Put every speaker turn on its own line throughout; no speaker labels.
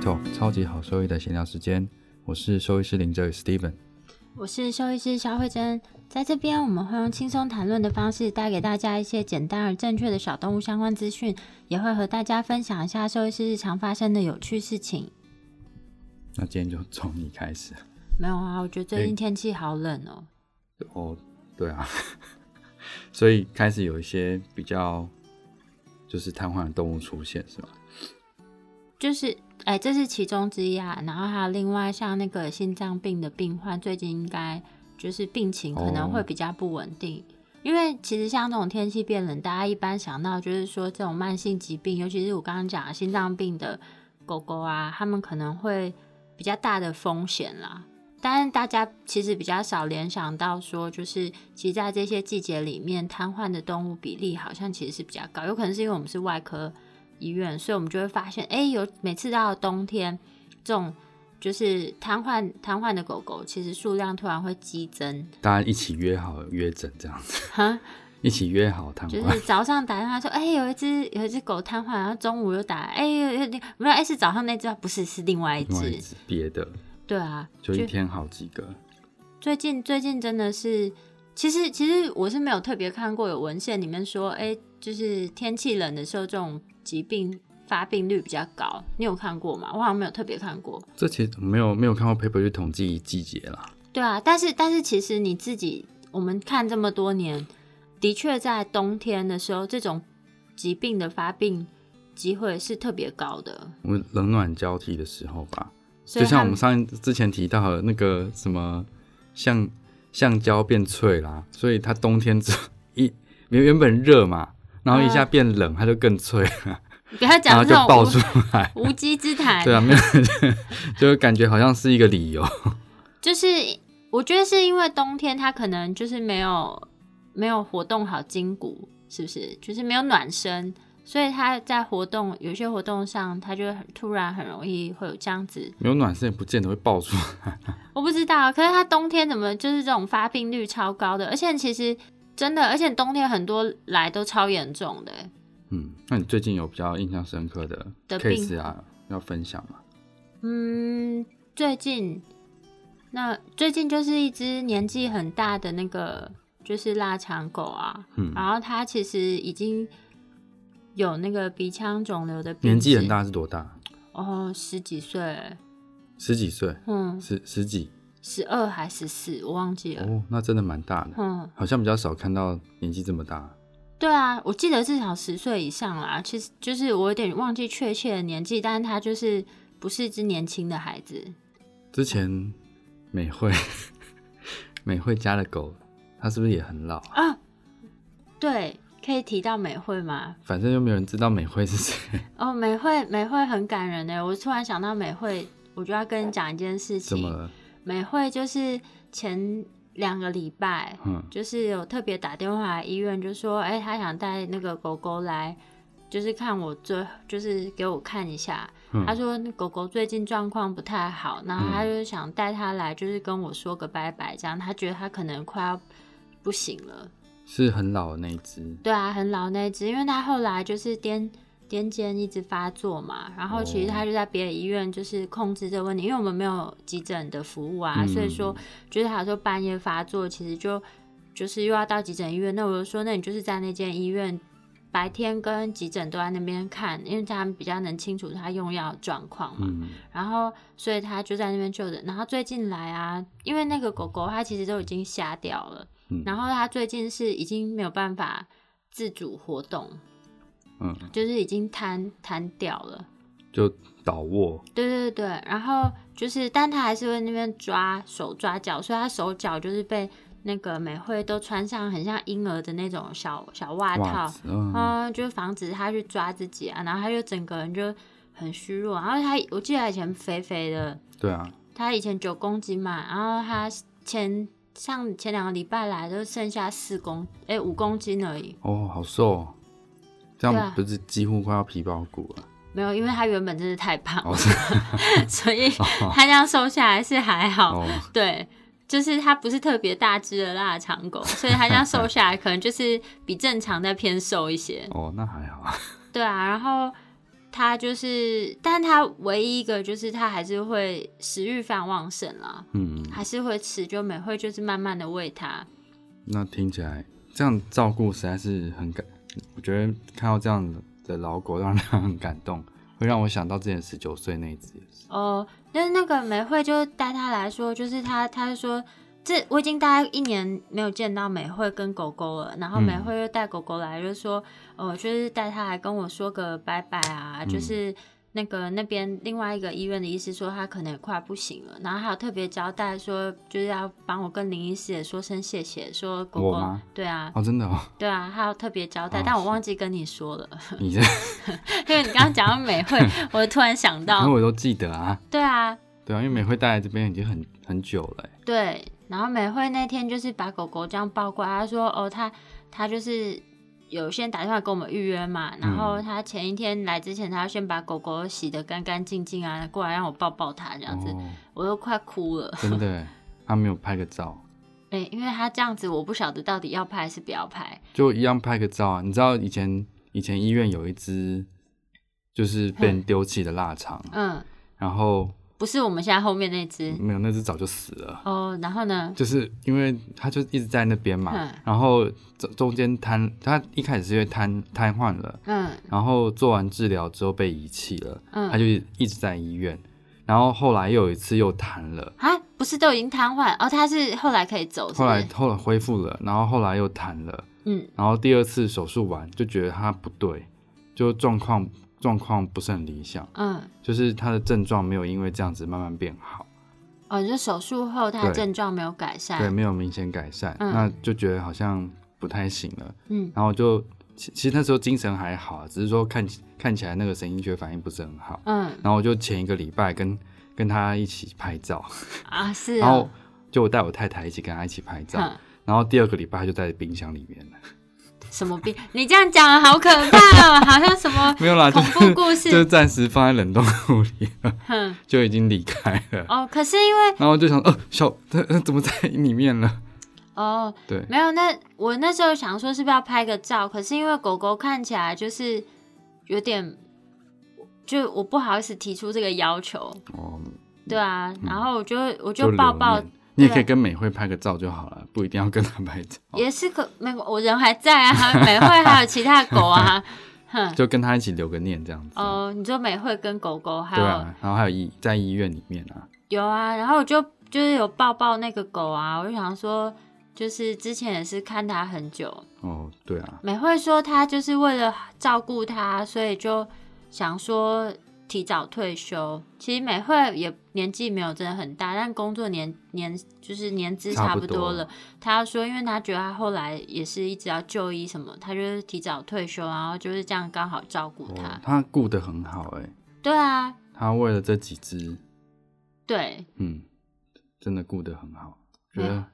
Talk 超级好收益的闲聊时间，我是收益师林哲宇 Steven。
我是兽医师肖慧珍，在这边我们会用轻松谈论的方式带给大家一些简单而正确的小动物相关资讯，也会和大家分享一下兽医师日常发生的有趣事情。
那今天就从你开始。
没有啊，我觉得最近天气好冷哦、
哦，对啊， 所以开始有一些比较就是瘫痪的动物出现，是吗？
就是哎，这是其中之一啊。然后还有另外像那个心脏病的病患，最近应该就是病情可能会比较不稳定。因为其实像这种天气变冷，大家一般想到就是说这种慢性疾病，尤其是我刚刚讲的心脏病的狗狗啊，它们可能会比较大的风险啦。但是大家其实比较少联想到说，就是其实在这些季节里面，瘫痪的动物比例好像其实是比较高，有可能是因为我们是外科医院，所以我们就会发现，哎、有每次到冬天，这种就是瘫痪瘫痪的狗狗，其实数量突然会激增，
大家一起约好约诊这样子，
哈，
一起约好瘫
就
痪
是早上打电话说，哎、有一只有一只狗瘫痪，然后中午又打，哎、有有没有，哎、是早上那只啊，不是是另外一
另外一
只，
只别的，
对啊，
就一天好几个。
最近最近真的是，其实其实我是没有特别看过有文献里面说，哎、就是天气冷的时候，这种疾病发病率比较高，你有看过吗？我好像没有特别看过。
这其实没有没有看过 paper 去统计季节啦，
对啊，但是但是其实你自己，我们看这么多年，的确在冬天的时候，这种疾病的发病机会是特别高的。
我们冷暖交替的时候吧，
所以
就像
他
我们上一之前提到的那个什么橡橡胶变脆啦，所以它冬天之后一原原本热嘛，然后一下变冷，它就更脆，
不要
然后
讲
啊就
这种
爆
无
出来。
无稽之谈。
对啊， 没有，就感觉好像是一个理由。
就是我觉得是因为冬天它可能就是没有没有活动好筋骨，是不是？就是没有暖身，所以它在活动有些活动上，它就会很突然很容易会有这样子。
没有暖身也不见得会爆出来。
我不知道，可是它冬天怎么就是这种发病率超高的？而且其实真的，而且冬天很多来都超严重的欸、
嗯，那你最近有比较印象深刻的
的病
case 啊，要分享吗？
嗯，最近那最近就是一只年纪很大的那个就是腊肠狗啊，
嗯
然后它其实已经有那个鼻腔肿瘤的病
年纪很
史
大是多大？
哦，十几岁，
十几岁，
嗯，
十十几
十二还十四，我忘记了，
哦，那真的蛮大的，
嗯，
好像比较少看到年纪这么大。
对啊，我记得至少十岁以上啦。其实就是我有点忘记确切的年纪，但是它就是不是一只年轻的孩子，
之前美惠 美惠家的狗，它是不是也很老啊？
对，可以提到美惠吗？
反正又没有人知道美惠是谁，
哦，美惠，美惠很感人呢。我突然想到美惠，我就要跟你讲一件事
怎么
情。
了？
美惠就是前两个礼拜，
嗯，
就是有特别打电话来医院，就说，哎、她想带那个狗狗来，就是看我最，就是给我看一下。
嗯
她说那狗狗最近状况不太好，然后她就想带它来，就是跟我说个拜拜，这样。她觉得她可能快要不行了。
是很老的那一只，
对啊，很老那一只，因为他后来就是癫癫痫一直发作嘛，然后其实他就在别的医院就是控制这个问题，因为我们没有急诊的服务啊，
嗯
所以说就是他说半夜发作，其实就就是又要到急诊医院，那我就说那你就是在那间医院。白天跟急诊都在那边看，因为他们比较能清楚他用药的状况嘛。
嗯，
然后所以他就在那边就诊。然后最近来啊，因为那个狗狗它其实都已经瞎掉了，
嗯
然后它最近是已经没有办法自主活动，
嗯，
就是已经瘫瘫掉了。
就倒卧，
对对对，然后就是，但它还是会那边抓手抓脚，所以它手脚就是被那个美惠都穿上很像婴儿的那种小小袜
袜
套，
子，嗯，
嗯，就防止他去抓自己啊，然后他就整个人就很虚弱。然后他，我记得他以前肥肥的，
对啊，
他以前九公斤嘛，然后他前上前两个礼拜来就剩下四公，哎、五公斤而已。
哦，好瘦、哦，这
对啊
样不是几乎快要皮包骨了？
没有，因为他原本真的太胖，
哦，
所以他这样瘦下来是还好。
哦，
对，就是它不是特别大只的腊 肠狗，所以它这样瘦下来可能就是比正常再偏瘦一些。
哦，那还好，
对啊，然后它就是，但它唯一一个就是它还是会食欲非常旺盛啦，
嗯，
还是会吃，就美惠就是慢慢的喂它。
那听起来这样照顾实在是很感，我觉得看到这样的老狗让人很感动，会让我想到之前十九岁那一只也是，
哦，但是那个美惠就带它来说，就是它，它就说。这我已经大概一年没有见到美惠跟狗狗了，然后美
嗯
惠又带狗狗来，就说，哦，就是带它来跟我说个拜拜啊，
嗯
就是那个那边另外一个医院的医师说他可能也快不行了，然后还有特别交代说，就是要帮我跟林医师也说声谢谢，说狗
我
狗
吗，
对啊，
哦，真的哦，
对啊，还有特别交代，
哦
但我
是
忘记跟你说了，
你这，
因为你刚刚讲到美 惠，我突然想
因为
到，
我都记得啊，
对啊，
对啊，因为美惠带来这边已经很很久了欸，
对，然后美惠那天就是把狗狗这样抱过来，她说哦，她她就是有先打电话跟我们预约嘛，然后她前一天来之前，她要先把狗狗洗得干干净净啊，过来让我抱抱它这样子，
哦，
我都快哭了。
真的欸，他没有拍个照，
哎、因为她这样子，我不晓得到底要拍还是不要拍，
就一样拍个照啊。你知道以前以前医院有一只就是被人丢弃的腊肠，
嗯，
然后
不是我们现在后面那只
没有那只早就死了，
哦，然后呢，
就是因为它就一直在那边嘛，
嗯
然后中中间瘫，它一开始是因为瘫瘫痪了，
嗯
然后做完治疗之后被遗弃了，它
嗯。
就一直在医院，然后后来又有一次又瘫了。
啊，不是都已经瘫痪哦？它是后来可以走是不
后
是，
来后来恢复了，然后后来又瘫了，
嗯，
然后第二次手术完就觉得它不对，就状况状况不是很理想，
嗯，
就是它的症状没有因为这样子慢慢变好，
哦，你说手术后它的
对
症状没有改善，
对，没有明显改善，
嗯
那就觉得好像不太行了，
嗯
然后就其其实那时候精神还好，啊只是说看起看起来那个神经学反应不是很好，
嗯
然后我就前一个礼拜跟跟他一起拍照，
啊，是
然后
哦，
就我带我太太一起跟他一起拍照，
哼
然后第二个礼拜他就在冰箱里面了，
什么病？你这样讲好可怕哦，好像什 么
没有啦，就 是
恐怖啊故
啊就
事。
暂时放在冷冻库里了，
哼，
就已经离开了。
哦，可是因为
然后就想，呃，小他他怎么在里面了？
哦，
对，
没有 那我那时候想说是不是要拍个照，可是因为狗狗看起来就是有点，就我不好意思提出这个要求，
哦，
对啊，然后我就我
就
就抱
留
抱
念。你也
对
可以跟美惠拍个照就好了，不一定要跟她拍照，
也是可那个我人还在啊，美惠还有其他狗 啊，哼，
就跟她一起留个念这样子。
哦，你说美惠跟狗狗还
对
有、
啊，然后还有医在医院里面啊，
有啊，然后我就就是有抱抱那个狗啊，我就想说，就是之前也是看它很久，
哦，对啊，
美惠说她就是为了照顾它，所以就想说提早退休。其实美惠也年纪没有真的很大，但工作年年就是年资
差
差
不
不多
多
了。她说，因为她觉得她后来也是一直要就医什么，她就是提早退休，然后就是这样刚好照顾它。
哦，她顾得很好哎、
对啊，
她为了这几只，
对，
嗯，真的顾得很好，觉
没有
得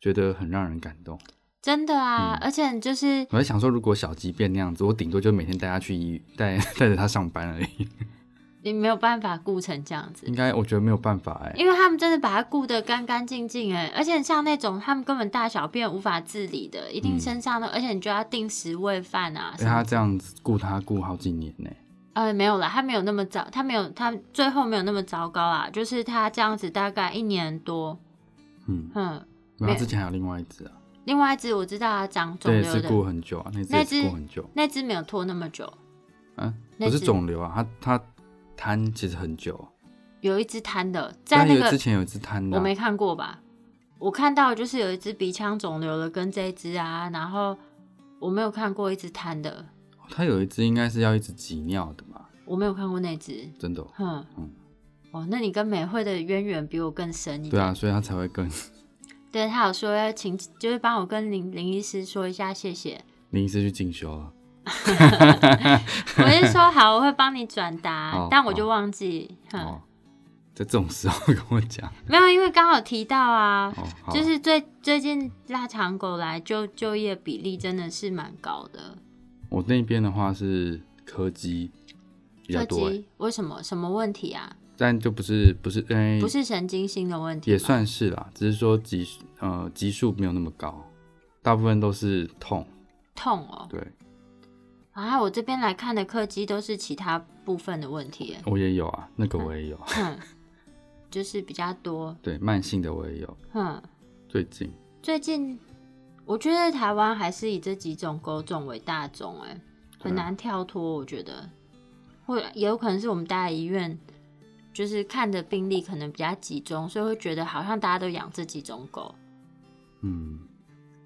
觉得很让人感动。
真的啊，而且就是
我在想说，如果小鸡变那样子，我顶多就每天带它去医带 带着它上班而已，
你没有办法顾成这样子
应，该我觉得没有办法哎、
因为他们真的把它顾得干干净净哎，而且像那种他们根本大小便无法自理的，一定
嗯
身上的，而且你就要定时喂饭啊
被
什么
他。这样子顾他顾好几年呢、
呃，没有啦，他没有那么糟，他没有，他最后没有那么糟糕啊，就是他这样子大概一年多，
嗯，
嗯，
没有
没有
他之前还有另外一只啊，
另外一只我知道他长肿
这也
瘤
是
的，
顾很久啊，那只
那
也是
只
顾很久，
那只没有拖那么久，
嗯、
那
不是
只
肿瘤啊，他他瘫其实很久，
有一只瘫的，在那
啊但有之
个
前有一只瘫的
我
啊、
没看过吧？我看到就是有一只鼻腔肿瘤的跟这一只啊，然后我没有看过一只瘫的，
他有一只应该是要一直挤尿的嘛，
我没有看过那只，
真的哦、
哼，
嗯
哦，那你跟美惠的渊源比我更深一
对
点。
啊，所以他才会跟
对他有说要请，就是帮我跟林林医师说一下谢谢。
林医师去进修啊。
我是说好，我会帮你转达，
哦
但我就忘记，哼，
哦，在这种时候跟我讲
没有，因为刚好提到啊，
哦，好啊，
就是最最近腊肠狗来就就业比例真的是蛮高的。
我那边的话是柯基比较
柯
多、欸，
基为什么什么问题啊？
但就不是不是哎、
不是神经性的问题吗，
也算是啦，只是说级呃级数没有那么高，大部分都是痛，
痛哦。
对，
啊，我这边来看的客机都是其他部分的问题耶，
我也有啊，那个我也有，
哼，就是比较多，
对，慢性的我也有。
哼。
最近
最近我觉得台湾还是以这几种狗种为大宗、哎，
啊
很难跳脱。我觉得，或也有可能是我们大家医院就是看的病例可能比较集中，所以会觉得好像大家都养这几种狗。
嗯，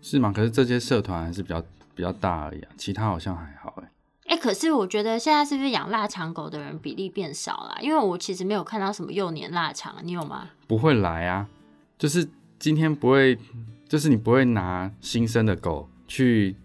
是吗？可是这些社团还是比较比较大而已啊，其他好像还好哎、
哎、可是我觉得现在是不是养腊肠狗的人比例变少了？因为我其实没有看到什么幼年腊肠，你有吗？
不会来啊，就是今天不会，就是你不会拿新生的狗去，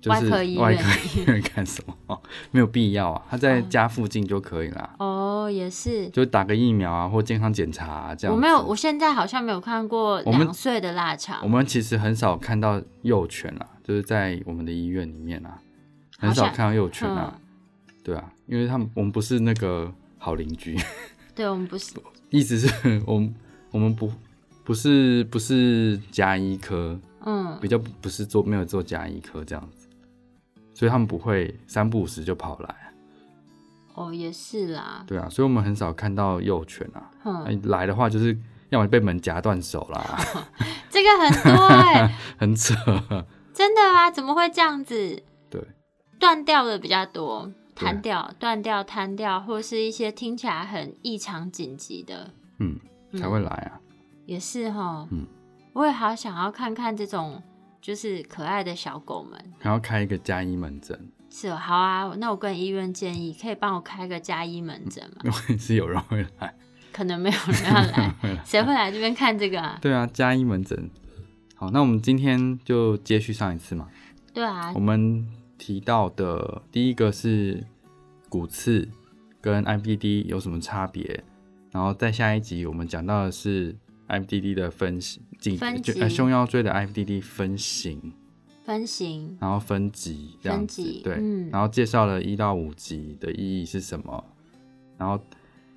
就
外
是
科医院
外科医院干什么？哦没有必要啊，它在
哦
家附近就可以啦，
哦，也是，
就打个疫苗啊或健康检查、啊、这样
我
子。
没有，我现在好像没有看过
我们
两岁的腊
我
肠，嗯
们其实很少看到幼犬啦，就是在我们的医院里面啊，
好
很少
像
看到幼犬
嗯
啊，，对啊，因为他们我们不是那个好邻居，
对我们不是
意思是我们我们不不是不是加医科，
嗯，
比较不不是做没有做加医科这样子，所以他们不会三不五时就跑来，啊
哦，也是啦，
对啊，所以我们很少看到幼犬啊，
哼，
哎来的话就是要么被门夹断手 啦，
这个很多哎、
很扯，
真的啊，怎么会这样子？
对，
断掉的比较多，
对
弹掉、断掉、瘫掉，或是一些听起来很异常紧急的，
嗯，才会来啊，
也是哈。
嗯，
我也好想要看看这种就是可爱的小狗们。
还要开一个加医门诊。
是哦，好啊，那我跟医院建议，可以帮我开个加医门诊吗？
因为 是有人会来，
可能没有人要 来，谁会来这边看这个啊？
对啊，加一门诊。好，那我们今天就接续上一次嘛，
对啊
我，们提到的第一个是骨刺跟 IBD 有什么差别，然后在下一集我们讲到的是 IBD 的分型，颈
分
就
级
呃胸腰椎的 IBD 分型，
分型，
然后分级这样子
分级，
对，
嗯
然后介绍了一到五级的意义是什么，然后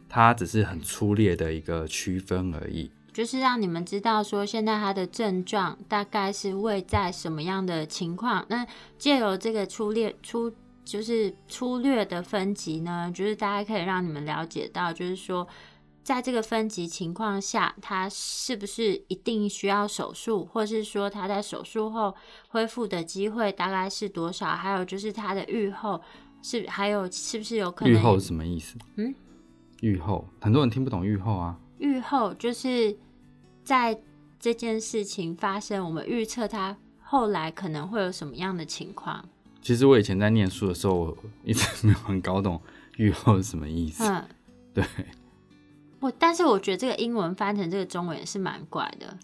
它只是很粗略的一个区分而已，
就是让你们知道说现在它的症状大概是位在什么样的情况。那借由这个粗略粗就是粗略的分级呢，就是大家可以让你们了解到，就是说在这个分级情况下，它是不是一定需要手术，或是说它在手术后恢复的机会大概是多少，还有就是它的愈后。是，还有是不是有可能
愈后是什么意思？
嗯，
愈后，很多人听不懂愈后啊。
愈后就是在这件事情发生，我们预测它后来可能会有什么样的情况。
其实我以前在念书的时候，我一直没有很搞懂 愈后是什么意思。
嗯，
对，
我但是我觉得这个英文翻成这个中文也是蛮怪的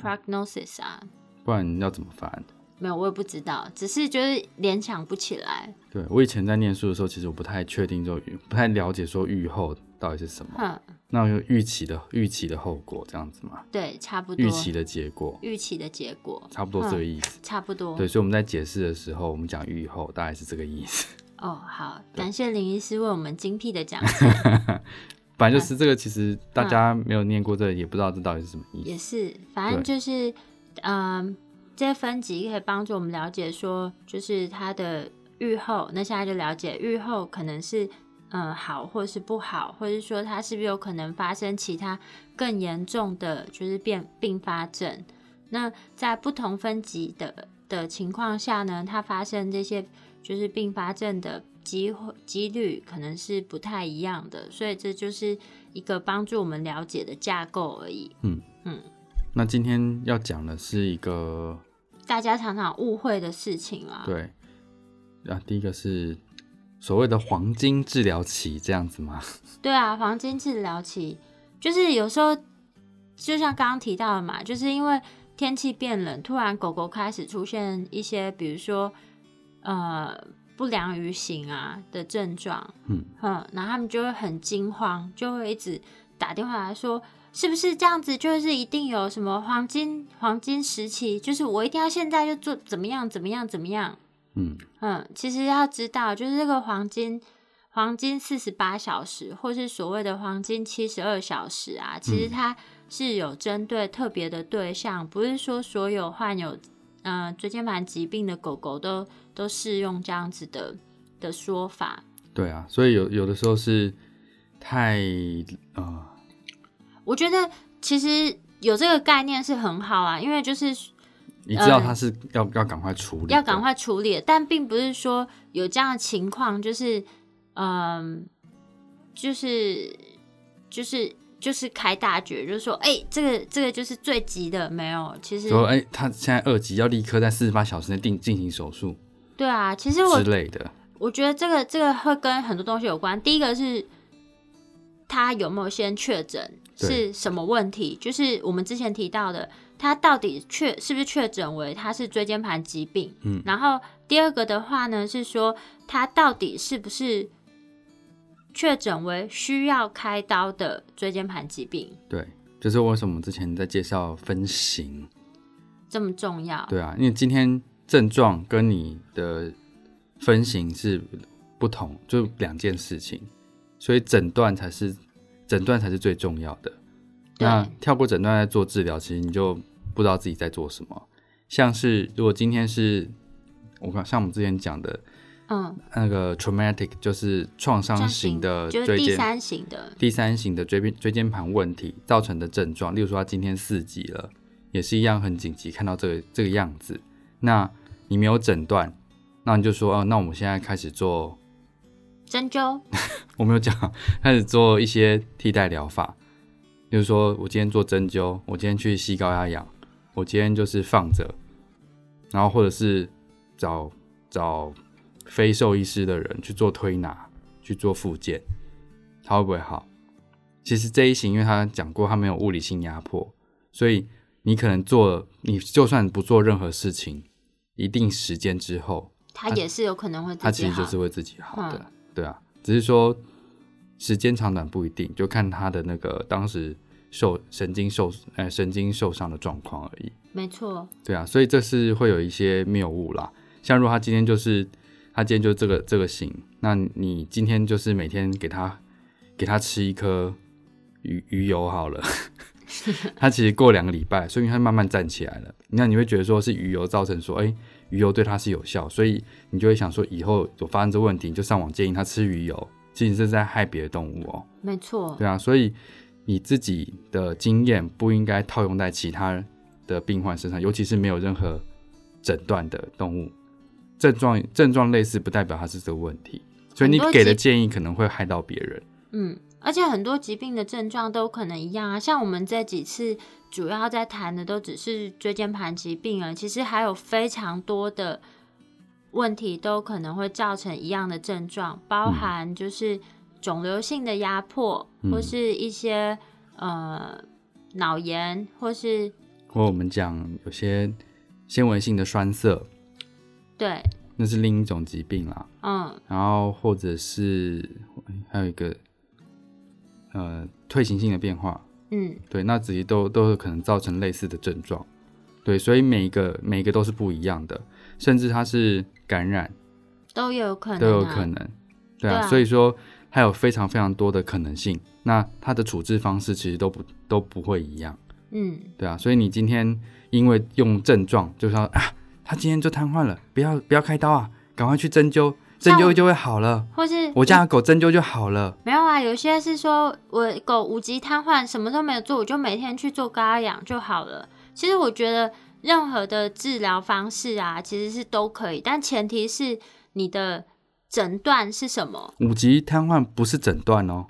，prognosis
嗯
啊，
不然要怎么翻？
没有我也不知道，只是就是联想不起来。
对我以前在念书的时候，其实我不太确定说，不太了解说愈后到底是什么。
哼，
那有预期的预期的后果这样子嘛？
对，差不多嗯
预期的结果
预期的结果
差不多这个意思。
差不多。
对，所以我们在解释的时候，我们讲愈后大概是这个意 思。
哦，好，感谢林医师为我们精辟的讲解，
反正就是这个，其实大家
嗯
没有念过这个也不知道这到底是什么意思。
也是，反正就是，嗯，这些分级可以帮助我们了解说，就是它的预后。那现在就了解预后可能是，嗯，好或是不好，或是说它是不是有可能发生其他更严重的，就是变并发症。那在不同分级的的情况下呢，它发生这些就是并发症的机会几率可能是不太一样的，所以这就是一个帮助我们了解的架构而已。
那今天要讲的是一个
大家常常误会的事情啦。
对，啊，第一个是所谓的黄金治疗期这样子吗？
对啊，黄金治疗期就是有时候，就像刚刚提到的嘛，就是因为天气变冷，突然狗狗开始出现一些，比如说呃不良于行啊的症状，
嗯
哼，然后他们就会很惊慌，就会一直打电话来说。是不是这样子？就是一定有什么黄金黄金时期，就是我一定要现在就做怎么样怎么样怎么样，
嗯，
嗯，其实要知道，就是这个黄金黄金四十八小时，或是所谓的黄金七十二小时啊，其实它是有针对特别的对象，不是说所有患有嗯、呃椎间盘疾病的狗狗都都适用这样子的的说法。
对啊，所以有有的时候是太呃，
我觉得其实有这个概念是很好啊，因为就是
你知道它是要、要赶快处理，
呃要赶。快处理，但并不是说有这样的情况，就是嗯，就是就是就是开大绝，就是说，哎、这个这个就是最急的，没有，其实
说哎、他现在二级要立刻在四十八小时内定进行手术
对啊，其实我
之类的，
我觉得这个这个会跟很多东西有关。第一个是他有没有先确诊
对
是什么问题，就是我们之前提到的，他到底确是不是确诊为他是椎间盘疾病？
嗯
然后第二个的话呢是说他到底是不是确诊为需要开刀的椎间盘疾病
对，就是为什么我们之前在介绍分型，
这么重要？
对啊，因为今天症状跟你的分型是不同，就两件事情，所以诊断才是诊断才是最重要的。那
对
跳过诊断再做治疗，其实你就不知道自己在做什么。像是如果今天是我看像我们之前讲的
嗯，
那个 traumatic，就是创伤型的
就
椎
是
间
第三型的，
第三型的椎边椎间盘问题造成的症状，例如说他今天四级了，也是一样很紧急，看到这个这个样子，那你没有诊断，那你就说，哦、那我们现在开始做，
针灸，
我没有讲，开始做一些替代疗法，例如说我今天做针灸，我今天去吸高压氧，我今天就是放着，然后或者是找找非兽医师的人去做推拿，去做复健，他会不会好？其实这一型，因为他讲过他没有物理性压迫，所以你可能做了，你就算不做任何事情，一定时间之后，
它也是有可能会
它
自
其
己
实就
好。
是会自己好的，
嗯
对啊，只是说时间长短不一定，就看他的那个当时受神经受呃神经受伤的状况而已，
没错，
对啊，所以这是会有一些谬误啦。像如果他今天就是他今天就这个这个型，那你今天就是每天给他给他吃一颗鱼鱼油好了， 他其实过两个礼拜，所以他慢慢站起来了。那你会觉得说是鱼油造成说，哎、鱼油对他是有效，所以你就会想说以后有发生这问题，你就上网建议他吃鱼油。其实你是在害别的动物哦、
没错，
对啊，所以你自己的经验不应该套用在其他的病患身上，尤其是没有任何诊断的动物。症状症状类似不代表它是这个问题，所以你
很多
给的
疾
建议可能会害到别人。
嗯，而且很多疾病的症状都可能一样啊，像我们这几次主要在谈的都只是椎间盘疾病啊，其实还有非常多的问题都可能会造成一样的症状，包含就是肿瘤性的压迫，或
嗯
是一些呃脑炎，或是
或我们讲有些纤维性的栓塞，
对，
那是另一种疾病啦。
嗯，
然后或者是哎还有一个呃退行性的变化，
嗯，
对，那自己都都有可能造成类似的症状，对，所以每一个每一个都是不一样的，甚至它是感染
都有可能、啊，
都有可能，对啊，
对啊
所以说它有非常非常多的可能性，那它的处置方式其实都不都不会一样，
嗯，
对啊，所以你今天因为用症状，就像啊，他今天就瘫痪了，不要不要开刀啊，赶快去针灸，针
像我
灸就会好了，
或是
我家的狗针灸就好了。
没有啊，有些是说我狗五级瘫痪，什么都没有做，我就每天去做高压氧就好了。其实我觉得任何的治疗方式啊，其实是都可以，但前提是你的诊断是什么。
五级瘫痪不是诊断哦，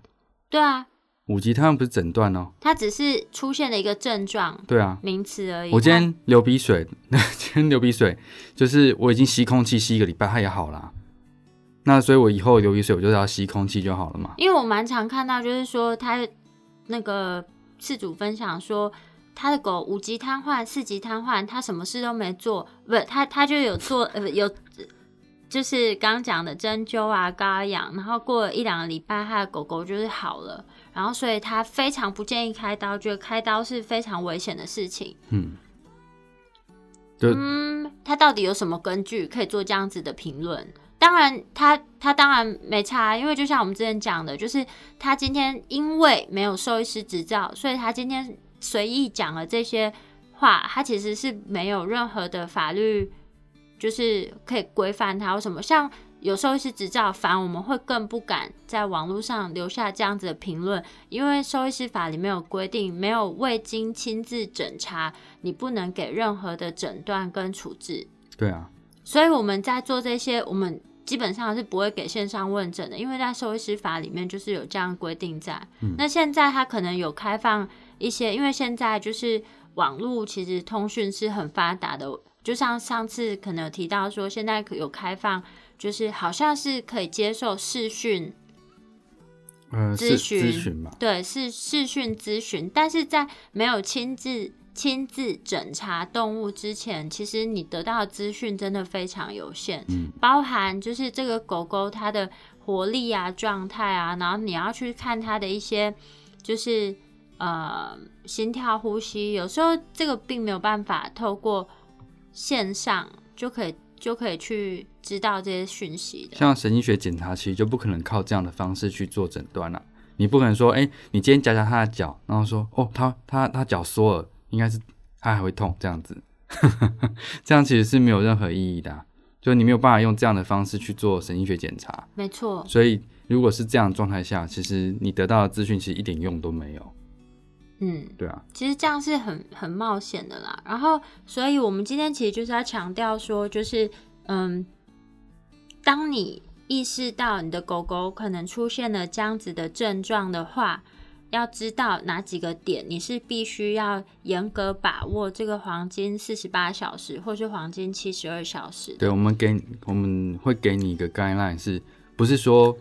对啊，
五级瘫痪不是诊断哦，
它只是出现了一个症状
对啊，
名词而已。
我今天流鼻水， 今天流鼻水，就是我已经吸空气吸一个礼拜，它也好啦。那所以，我以后流鼻水，我就是要吸空气就好了嘛。
因为我蛮常看到，就是说他那个事主分享说，他的狗五级瘫痪、四级瘫痪，他什么事都没做，不，他他就有做，呃，不有就是刚刚讲的针灸啊、高压氧，然后过了一两个礼拜，他的狗狗就是好了，然后所以他非常不建议开刀，觉得开刀是非常危险的事情。
嗯，就
嗯，他到底有什么根据可以做这样子的评论？当然他，他当然没差，啊因为就像我们之前讲的，就是他今天因为没有兽医师执照，所以他今天随意讲了这些话，它其实是没有任何的法律，就是可以规范它或什么。像有时候医师执照反，我们会更不敢在网络上留下这样子的评论，因为兽医师法里面有规定，没有未经亲自诊查，你不能给任何的诊断跟处置。
对啊，
所以我们在做这些，我们基本上是不会给线上问诊的，因为在兽医师法里面就是有这样规定在。那现在它可能有开放一些，因为现在就是网络其实通讯是很发达的，就像上次可能有提到说，现在有开放，就是好像是可以接受视讯
呃，
咨
是
询
咨询嘛，
对，是视讯咨询，但是在没有亲自亲自诊查动物之前，其实你得到的资讯真的非常有限，
嗯
包含就是这个狗狗它的活力啊、状态啊，然后你要去看它的一些就是呃心跳、呼吸，有时候这个并没有办法透过线上就可以就可以去知道这些讯息的。
像神经学检查其实就不可能靠这样的方式去做诊断啦、你不可能说，哎、你今天夹夹他的脚，然后说，哦，他他他脚缩了，应该是他还会痛这样子， 这样其实是没有任何意义的啊、就你没有办法用这样的方式去做神经学检查。
没错，
所以如果是这样的状态下，其实你得到的资讯其实一点用都没有。
嗯。
对啊，
其实这样是很很冒险的啦。然后，所以我们今天其实就是要强调说，就是嗯，当你意识到你的狗狗可能出现了这样子的症状的话，要知道哪几个点你是必须要严格把握这个黄金四十八小时或是黄金七十二小时的。
对，我们给你我们会给你一个 guideline，是不是说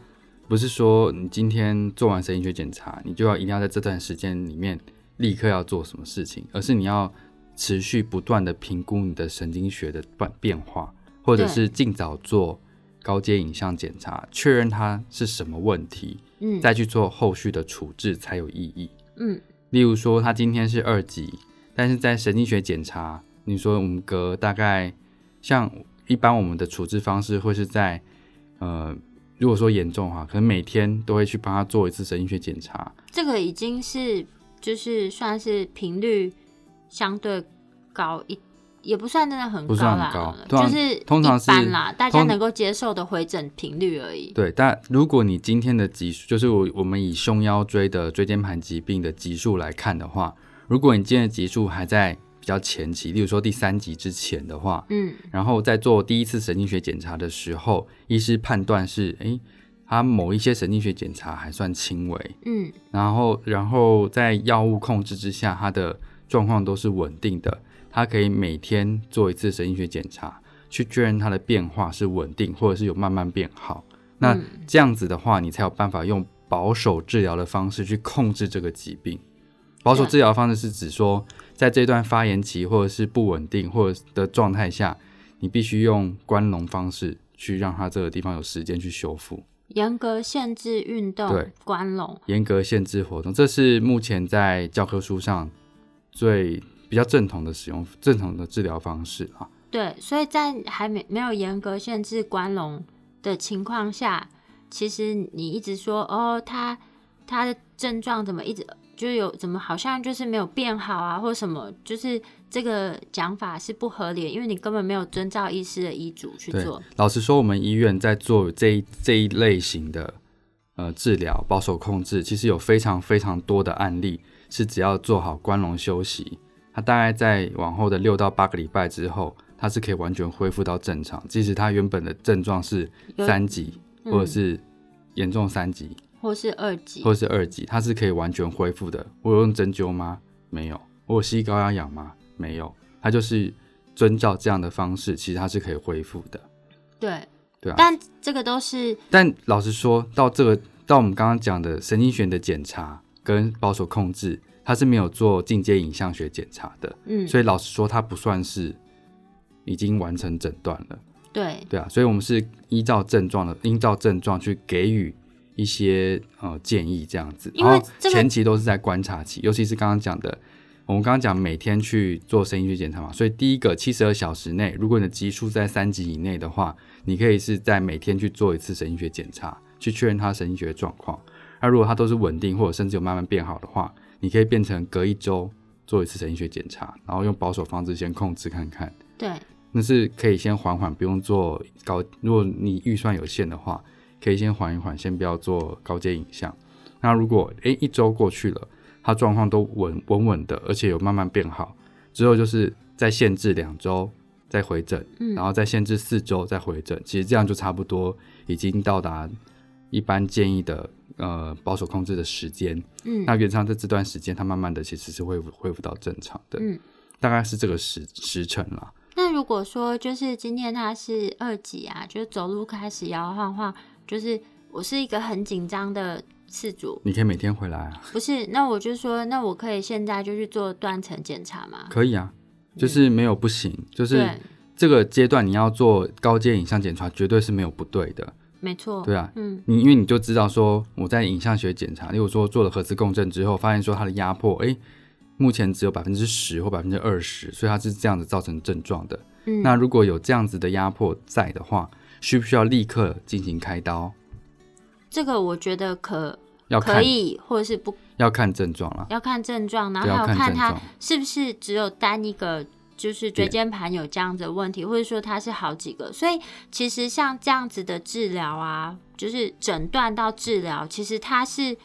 不是说你今天做完神经学检查，你就要一定要在这段时间里面立刻要做什么事情，而是你要持续不断的评估你的神经学的变变化，或者
对
是尽早做高阶影像检查，确认它是什么问题，
嗯
再去做后续的处置才有意义。
嗯，
例如说，他今天是二级，但是在神经学检查，你说我们隔大概像一般我们的处置方式会是在呃，如果说严重的话，可能每天都会去帮他做一次神经学检查。
这个已经是就是算是频率相对高一，也不算真的很
不
高
算
啦，
很高对啊
就是
通常
一般
是
啦，大家
通
能够接受的回诊频率而已。
对，但如果你今天的级数，就是我我们以胸腰椎的椎间盘疾病的级数来看的话，如果你今天的级数还在比较前期，例如说第三级之前的话，
嗯，
然后在做第一次神经学检查的时候，医师判断是，诶，他某一些神经学检查还算轻微，
嗯
然后然后在药物控制之下，他的状况都是稳定的，他可以每天做一次神经学检查，去确认他的变化是稳定或者是有慢慢变好。那
嗯
这样子的话，你才有办法用保守治疗的方式去控制这个疾病。保守
对
治疗的方式是指说，在这段发炎期或者是不稳定或者的状态下，你必须用关笼方式去让它这个地方有时间去修复。
严格限制运动
对、
关笼，
严格限制活动，这是目前在教科书上最比较正统的使用、正统的治疗方式啊。
对，所以在还没没有严格限制关笼的情况下，其实你一直说哦，它它的症状怎么一直就是有怎么好像就是没有变好啊，或什么，就是这个讲法是不合理的，因为你根本没有遵照医师的医嘱去
对
做。，
老实说，我们医院在做这一这一类型的呃治疗、保守控制，其实有非常非常多的案例是只要做好关笼休息，它大概在往后的六到八个礼拜之后，它是可以完全恢复到正常，即使它原本的症状是
有
三级
嗯
或者是严重三级，
或是二级，
或者是二级，它是可以完全恢复的。我有用针灸吗？没有。我有吸高压氧吗？没有。它就是遵照这样的方式，其实它是可以恢复的。
对
对啊
但这个都是
但老实说，到这个到我们刚刚讲的神经学的检查跟保守控制，它是没有做进阶影像学检查的，
嗯，
所以老实说，它不算是已经完成诊断了。
对
对啊，所以我们是依照症状的，依照症状去给予一些呃建议这样子。
因为
然后
这个
前期都是在观察期，尤其是刚刚讲的，我们刚刚讲每天去做声音去检查嘛，所以第一个七十二小时内，如果你的级数在三级以内的话，你可以是在每天去做一次神经学检查，去确认他神经学的状况。那如果它都是稳定或者甚至有慢慢变好的话，你可以变成隔一周做一次神经学检查，然后用保守方式先控制看看。
对，
那是可以先缓缓，不用做高。如果你预算有限的话，可以先缓一缓，先不要做高阶影像。那如果诶、一周过去了，他状况都稳稳稳的，而且有慢慢变好，之后就是再限制两周，再回诊，
嗯
然后再限制四周再回诊。其实这样就差不多已经到达一般建议的呃保守控制的时间。
嗯
那原上在这段时间，它慢慢的其实是恢复恢复到正常的，
嗯。
大概是这个时时辰啦。
那如果说就是今天他是二级啊，就是走路开始摇摇晃晃，就是我是一个很紧张的事主，
你可以每天回来啊。
不是？那我就说，那我可以现在就去做断层检查吗？
可以啊，就是没有不行，就是
嗯对，
这个阶段你要做高阶影像检查，绝对是没有不对的。
没错，
对啊
嗯
你因为你就知道说我在影像学检查，例如说做了核磁共振之后，发现说它的压迫，诶，目前只有百分之十或百分之二十，所以它是这样子造成症状的。
嗯，
那如果有这样子的压迫在的话，需不需要立刻进行开刀？
这个我觉得可
要
可
看
以，或者是不
要看症状啦，
要看症状，然
不
后
要
还有看
症
他
状。
是不是只有单一个，就是椎间盘有这样子的问题，或者说它是好几个？所以其实像这样子的治疗啊，就是诊断到治疗，其实它是，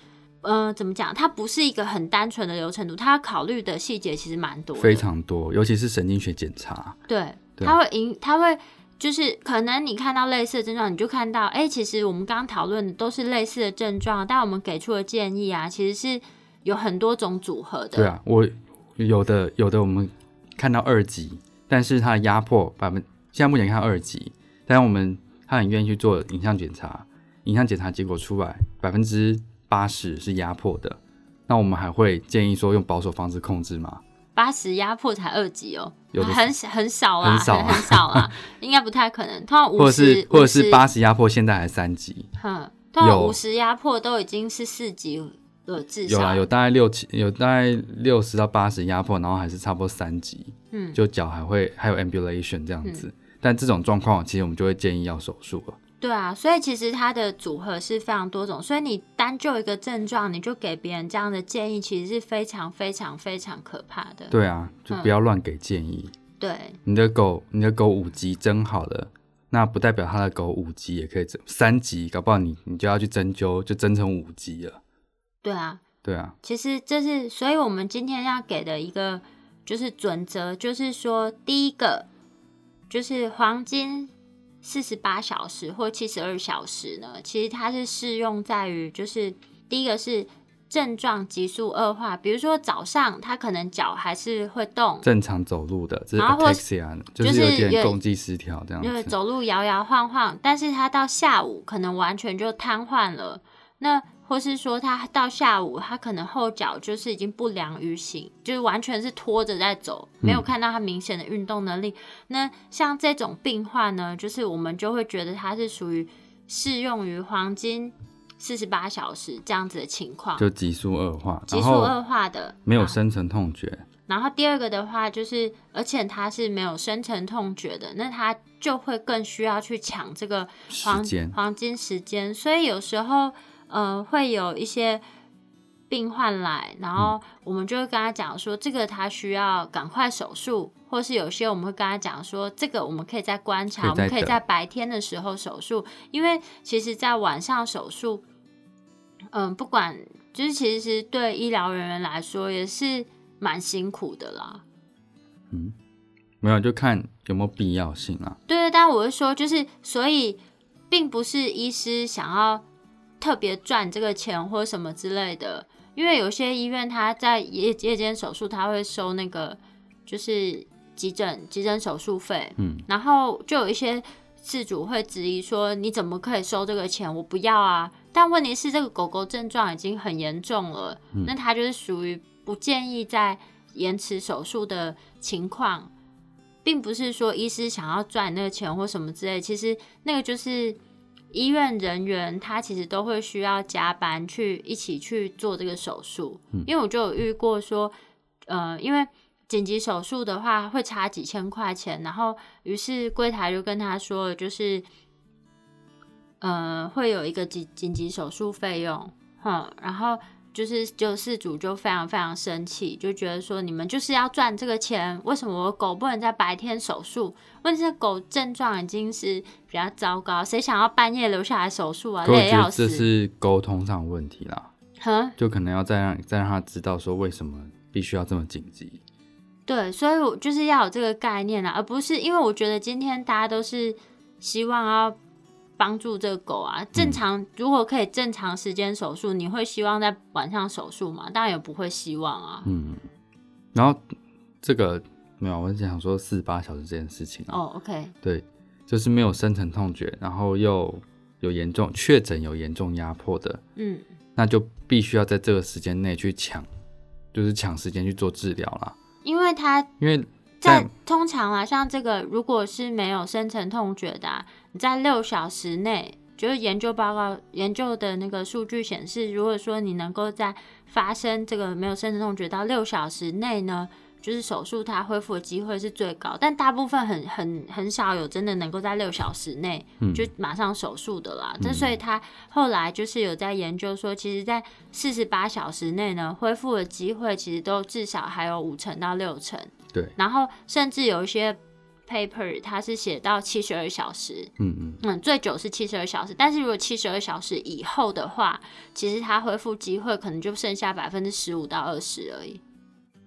呃，怎么讲？它不是一个很单纯的流程图，它要考虑的细节其实蛮多的，
非常多，尤其是神经学检查，
对，
对
它会影，它会。就是可能你看到类似的症状，你就看到，哎、其实我们刚刚讨论的都是类似的症状，但我们给出的建议啊，其实是有很多种组合的。
对啊，我有的有的我们看到二级，但是它的压迫百分，现在目前看二级，但是我们他很愿意去做影像检查，影像检查结果出来百分之八十是压迫的，那我们还会建议说用保守方式控制吗？
八十压迫才二级哦，
有的是
很很少啦，
很少啊
很少啦， 应该不太可能。通常
或
五
者
十
是或者是八，十压迫，现在还三级，
50哼，通常
有
五十压迫都已经是四级了，至
有
少
啦，有大概六七，有大概六十到八十压迫，然后还是差不多三级，
嗯，
就脚还会还有 ambulation 这样子，但这种状况其实我们就会建议要手术了。
对啊，所以其实它的组合是非常多种，所以你单就一个症状，你就给别人这样的建议，其实是非常非常非常可怕的。嗯
对啊，就不要乱给建议。
对
你的狗，你的狗五级针好了，那不代表它的狗五级也可以针，三级搞不好你你就要去针灸，就针成五级了。
对啊，
对啊，
其实这是，所以我们今天要给的一个就是准则，就是说，第一个就是黄金四十八小时或七十二小时呢，其实它是适用在于，就是第一个是症状急速恶化，比如说早上它可能脚还是会动，
正常走路的，这是
然后或
ataxia，
就
就是是有
有
点共济失调这样
因为
子。
走路摇摇晃晃，但是他到下午可能完全就瘫痪了。那或是说他到下午，他可能后脚就是已经不良于行，就是完全是拖着在走，没有
嗯
看到他明显的运动能力。那像这种病患呢，就是我们就会觉得他是属于适用于黄金四十八小时这样子的情况，
就急速恶化，
急
然
速恶
后
化的，
没有
啊
深层痛觉，
然后第二个的话就是，而且它是没有深层痛觉的，那它就会更需要去抢这个黄
时间
黄金时间，所以有时候呃会有一些病患来，然后我们就会跟他讲说，这个他需要赶快手术，或是有些我们会跟他讲说，这个我们可以再观察，
可以
我们
再
可以
等
在白天的时候手术，因为其实在晚上手术，嗯、不管就是其实对医疗人员来说也是蛮辛苦的啦。
没有就看有没有必要性啊。
对，但我是说，就是所以，并不是医师想要特别赚这个钱或什么之类的，因为有些医院他在夜夜间手术，他会收那个就是急诊急诊手术费，
嗯，
然后就有一些事主会质疑说，你怎么可以收这个钱？我不要啊！但问题是，这个狗狗症状已经很严重了，那它就是属于不建议在延迟手术的情况，并不是说医师想要赚那个钱或什么之类，其实那个就是医院人员他其实都会需要加班去一起去做这个手术，因为我就有遇过说，呃，因为紧急手术的话会差几千块钱，然后于是柜台就跟他说，就是呃会有一个紧紧急手术费用，哼，然后就是救世主就非常非常生气，就觉得说你们就是要赚这个钱，为什么我狗不能在白天手术？问题是狗症状已经是比较糟糕，谁想要半夜留下来手术啊？
可我
累得
觉得
要
这
死。
是沟通上的问题啦，
哼，
就可能要再让再让他知道说为什么必须要这么紧急。
对，所以我就是要有这个概念啊，而不是因为我觉得今天大家都是希望要帮助这个狗啊。正常、如果可以正常时间手术，你会希望在晚上手术吗？当然也不会希望啊。
嗯，然后这个没有，我只想说四十八小时这件事情啊，
哦，OK，
对，就是没有深层痛觉，然后又有严重确诊有严重压迫的，
嗯，
那就必须要在这个时间内去抢，就是抢时间去做治疗啦。
因为它
因为
在
在
通常啊，像这个如果是没有深层痛觉的、啊，你在六小时内，就是研究报告研究的那个数据显示，如果说你能够在发生这个没有深层痛觉到六小时内呢，就是手术它恢复的机会是最高，但大部分很很很少有真的能够在六小时内
嗯
就马上手术的啦。这、所以他后来就是有在研究说，其实在四十八小时内呢，恢复的机会其实都至少还有五成到六成。
对，
然后甚至有一些 paper 它是写到七十二小时，
嗯嗯，
嗯，最久是七十二小时，但是如果七十二小时以后的话，其实它恢复机会可能就剩下百分之十五到二十而已。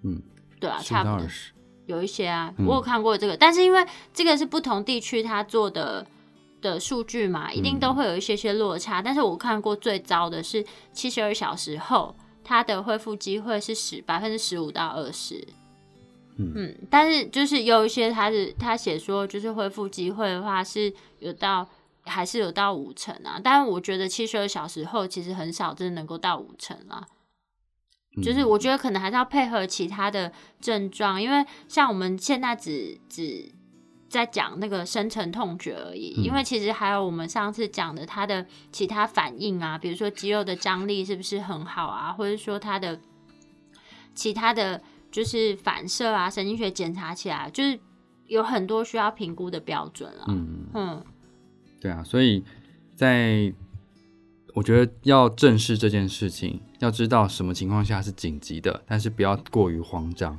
嗯，
对啊，
十
差
到
不多
二。十，
有一些啊，
嗯
我有看过这个，但是因为这个是不同地区它做的的数据嘛，
嗯
一定都会有一些些落差。但是我看过最糟的是七十二小时后，它的恢复机会是十百分之十五到二十。
嗯
但是就是有一些它是它写说，就是恢复机会的话是有到还是有到五成啊，但是我觉得七十二小时后其实很少真的能够到五成啊。
嗯
就是我觉得可能还是要配合其他的症状，因为像我们现在只只在讲那个深层痛觉而已，
嗯
因为其实还有我们上次讲的它的其他反应啊，比如说肌肉的张力是不是很好啊，或者说它的其他的就是反射啊，神经学检查起来就是有很多需要评估的标准啊。
嗯，
嗯
对啊，所以在我觉得要正视这件事情，要知道什么情况下是紧急的，但是不要过于慌张，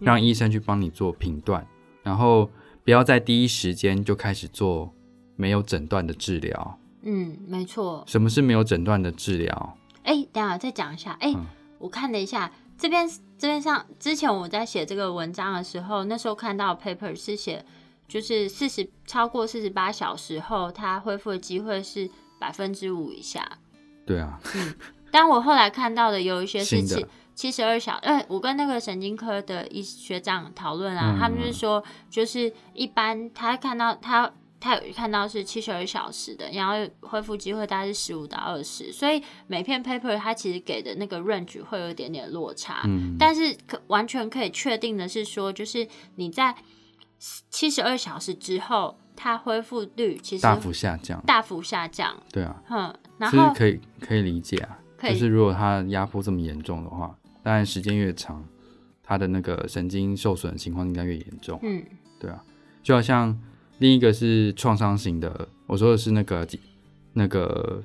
嗯
让医生去帮你做评断，然后不要在第一时间就开始做没有诊断的治疗。
嗯，没错。
什么是没有诊断的治疗？
哎、等一下再讲一下。哎、
嗯
我看了一下这边这边上之前我在写这个文章的时候，那时候看到 paper 是写就是四十超过四十八小时后，它恢复的机会是百分之五以下。
对啊，
但我后来看到的有一些是
新的
七七十二小，呃，我跟那个神经科的医学长讨论啊，
嗯
他们就是说，就是一般他看到他他有看到是七十二小时的，然后恢复机会大概是十五到二十，所以每篇 paper 它其实给的那个 range 会有一点点落差，
嗯，
但是可完全可以确定的是说，就是你在七十二小时之后，它恢复率其实
大幅下降。
大幅下降，
对啊，
哼，然
其
后
实可以可以理解啊，
可以
就是如果他压迫这么严重的话，当然时间越长，他的那个神经受损的情况应该越严重。
嗯
对啊，就好像另一个是创伤型的，我说的是那个脊那个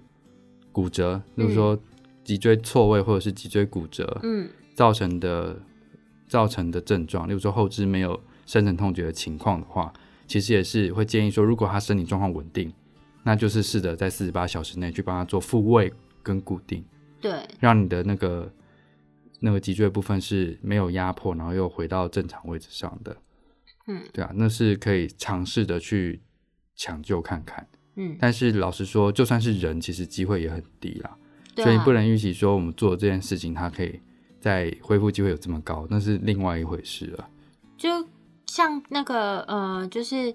骨折，就是说脊椎错位或者是脊椎骨折
嗯
造成的造成的症状，例如说后肢没有深层痛觉的情况的话，其实也是会建议说，如果他身体状况稳定，那就是试着在四十八小时内去帮他做复位跟固定，
对。
让你的那个。那个脊椎部分是没有压迫，然后又回到正常位置上的。
嗯
对啊，那是可以尝试的去抢救看看。
嗯，
但是老实说，就算是人，其实机会也很低啦。
对
所以
啊，
不能预期说我们做这件事情，它可以在恢复机会有这么高，那是另外一回事了。
就像那个呃，就是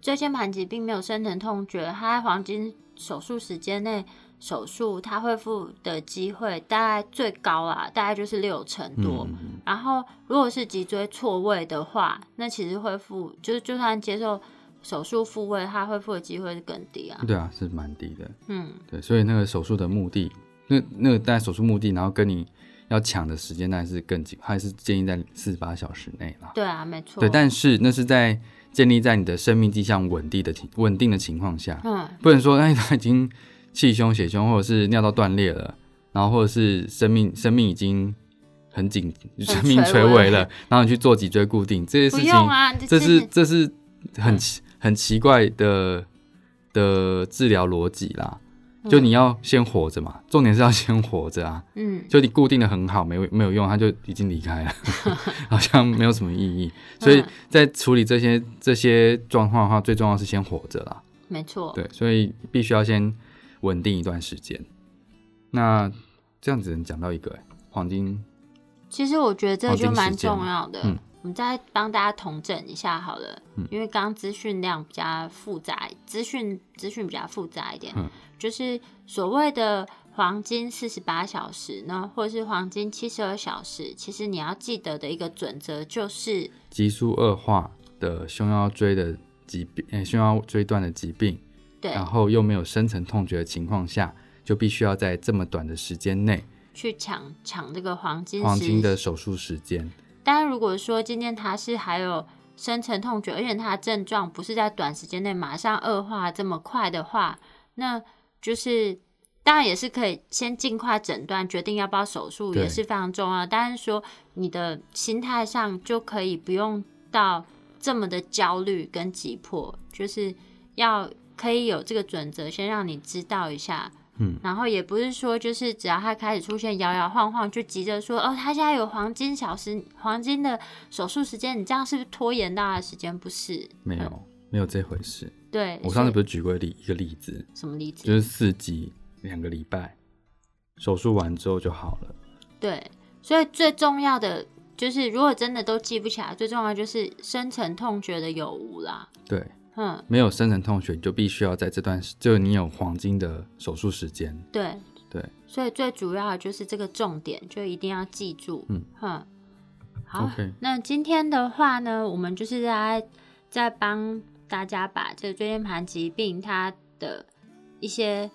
椎间盘疾病没有深层痛觉，它在黄金手术时间内手术，它恢复的机会大概最高啊，大概就是六成多。
嗯
然后如果是脊椎错位的话，那其实恢复就是就算接受手术复位，它恢复的机会是更低啊。
对啊，是蛮低的。
嗯，
对，所以那个手术的目的，那那个但手术目的，然后跟你要抢的时间，那是更紧，还是建议在四十八小时内啦。
对啊，没错。
对，但是那是在建立在你的生命迹象稳定的情稳定的情况下。
嗯，
不能说哎他已经气胸、血胸或者是尿道断裂了，然后或者是生命生命已经很紧，
垂
生命垂
危
危了，然后你去做脊椎固定这些
不
事情，
用啊，
这
就是
这是很奇很奇怪的的治疗逻辑啦。就你要先活着嘛，重点是要先活着啊。
嗯，
就你固定的很好，没有没有用，他就已经离开 了，好像没有什么意义。所以
嗯
在处理这些这些状况的话，最重要是先活着啦。
没错，
对，所以必须要先稳定一段时间。那这样只能讲到一个、欸、黄金，
其实我觉得这
绑
就
哦定时
蛮
间
重要的。
嗯
我们再帮大家统整一下好了，因为刚刚资讯量比较复杂，资讯资讯比较复杂一点，
嗯
就是所谓的黄金四十八小时呢，或者是黄金七十二小时，其实你要记得的一个准则就是，
急速恶化的胸腰椎的疾病，欸胸腰椎段的疾病，
对，
然后又没有深层痛觉的情况下，就必须要在这么短的时间内，
去抢抢这个黄金
黄
时
金的手术时间，
但如果说今天他是还有深层痛觉，而且他的症状不是在短时间内马上恶化这么快的话，那就是当然也是可以先尽快诊断，决定要不要手术
对
也是非常重要。但是说你的心态上就可以不用到这么的焦虑跟急迫，就是要可以有这个准则，先让你知道一下。
嗯，
然后也不是说就是只要他开始出现摇摇晃晃，就急着说哦，他现在有黄金小时、黄金的手术时间，你这样是不是拖延到他的时间？不是，
没有没有这回事。
对，
我上次
是
不是举过例一个例子，
什么例子？
就是四级两个礼拜，手术完之后就好了。
对，所以最重要的就是，如果真的都记不起来，最重要的就是深层痛觉的有无啦。
对，
嗯，
没有深层痛觉，你就必须要在这段时，就你有黄金的手术时间。
对
对，
所以最主要的就是这个重点，就一定要记住。
嗯
哼，好
OK
那今天的话呢，我们就是在在帮大家把这个椎间盘疾病它的一些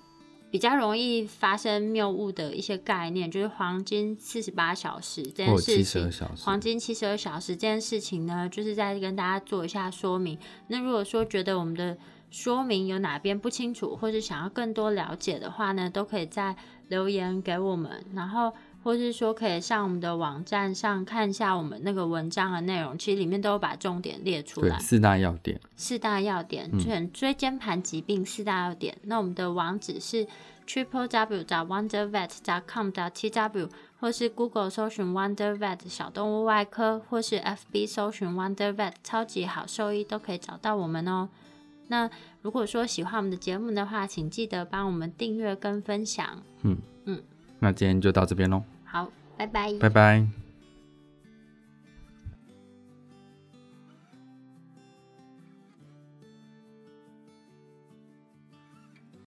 比较容易发生谬误的一些概念，就是黄金四十八小时这件
或
事
七十
情
二。小时，
黄金七十二小时这件事情呢，就是再跟大家做一下说明。那如果说觉得我们的说明有哪边不清楚，或是想要更多了解的话呢，都可以在留言给我们，然后或是说可以上我们的网站上看一下我们那个文章的内容，其实里面都有把重点列出
对
来。
四大要点。
四大要点，全椎间盘疾病四大要点。那我们的网址是 triple w wonder vet com t w，或是 Google 搜寻 Wonder Vet 小动物外科，或是 FB 搜寻 Wonder Vet 超级好兽医，都可以找到我们哦。那如果说喜欢我们的节目的话，请记得帮我们订阅跟分享。
那今天就到这边喽，
好，拜拜。
拜拜。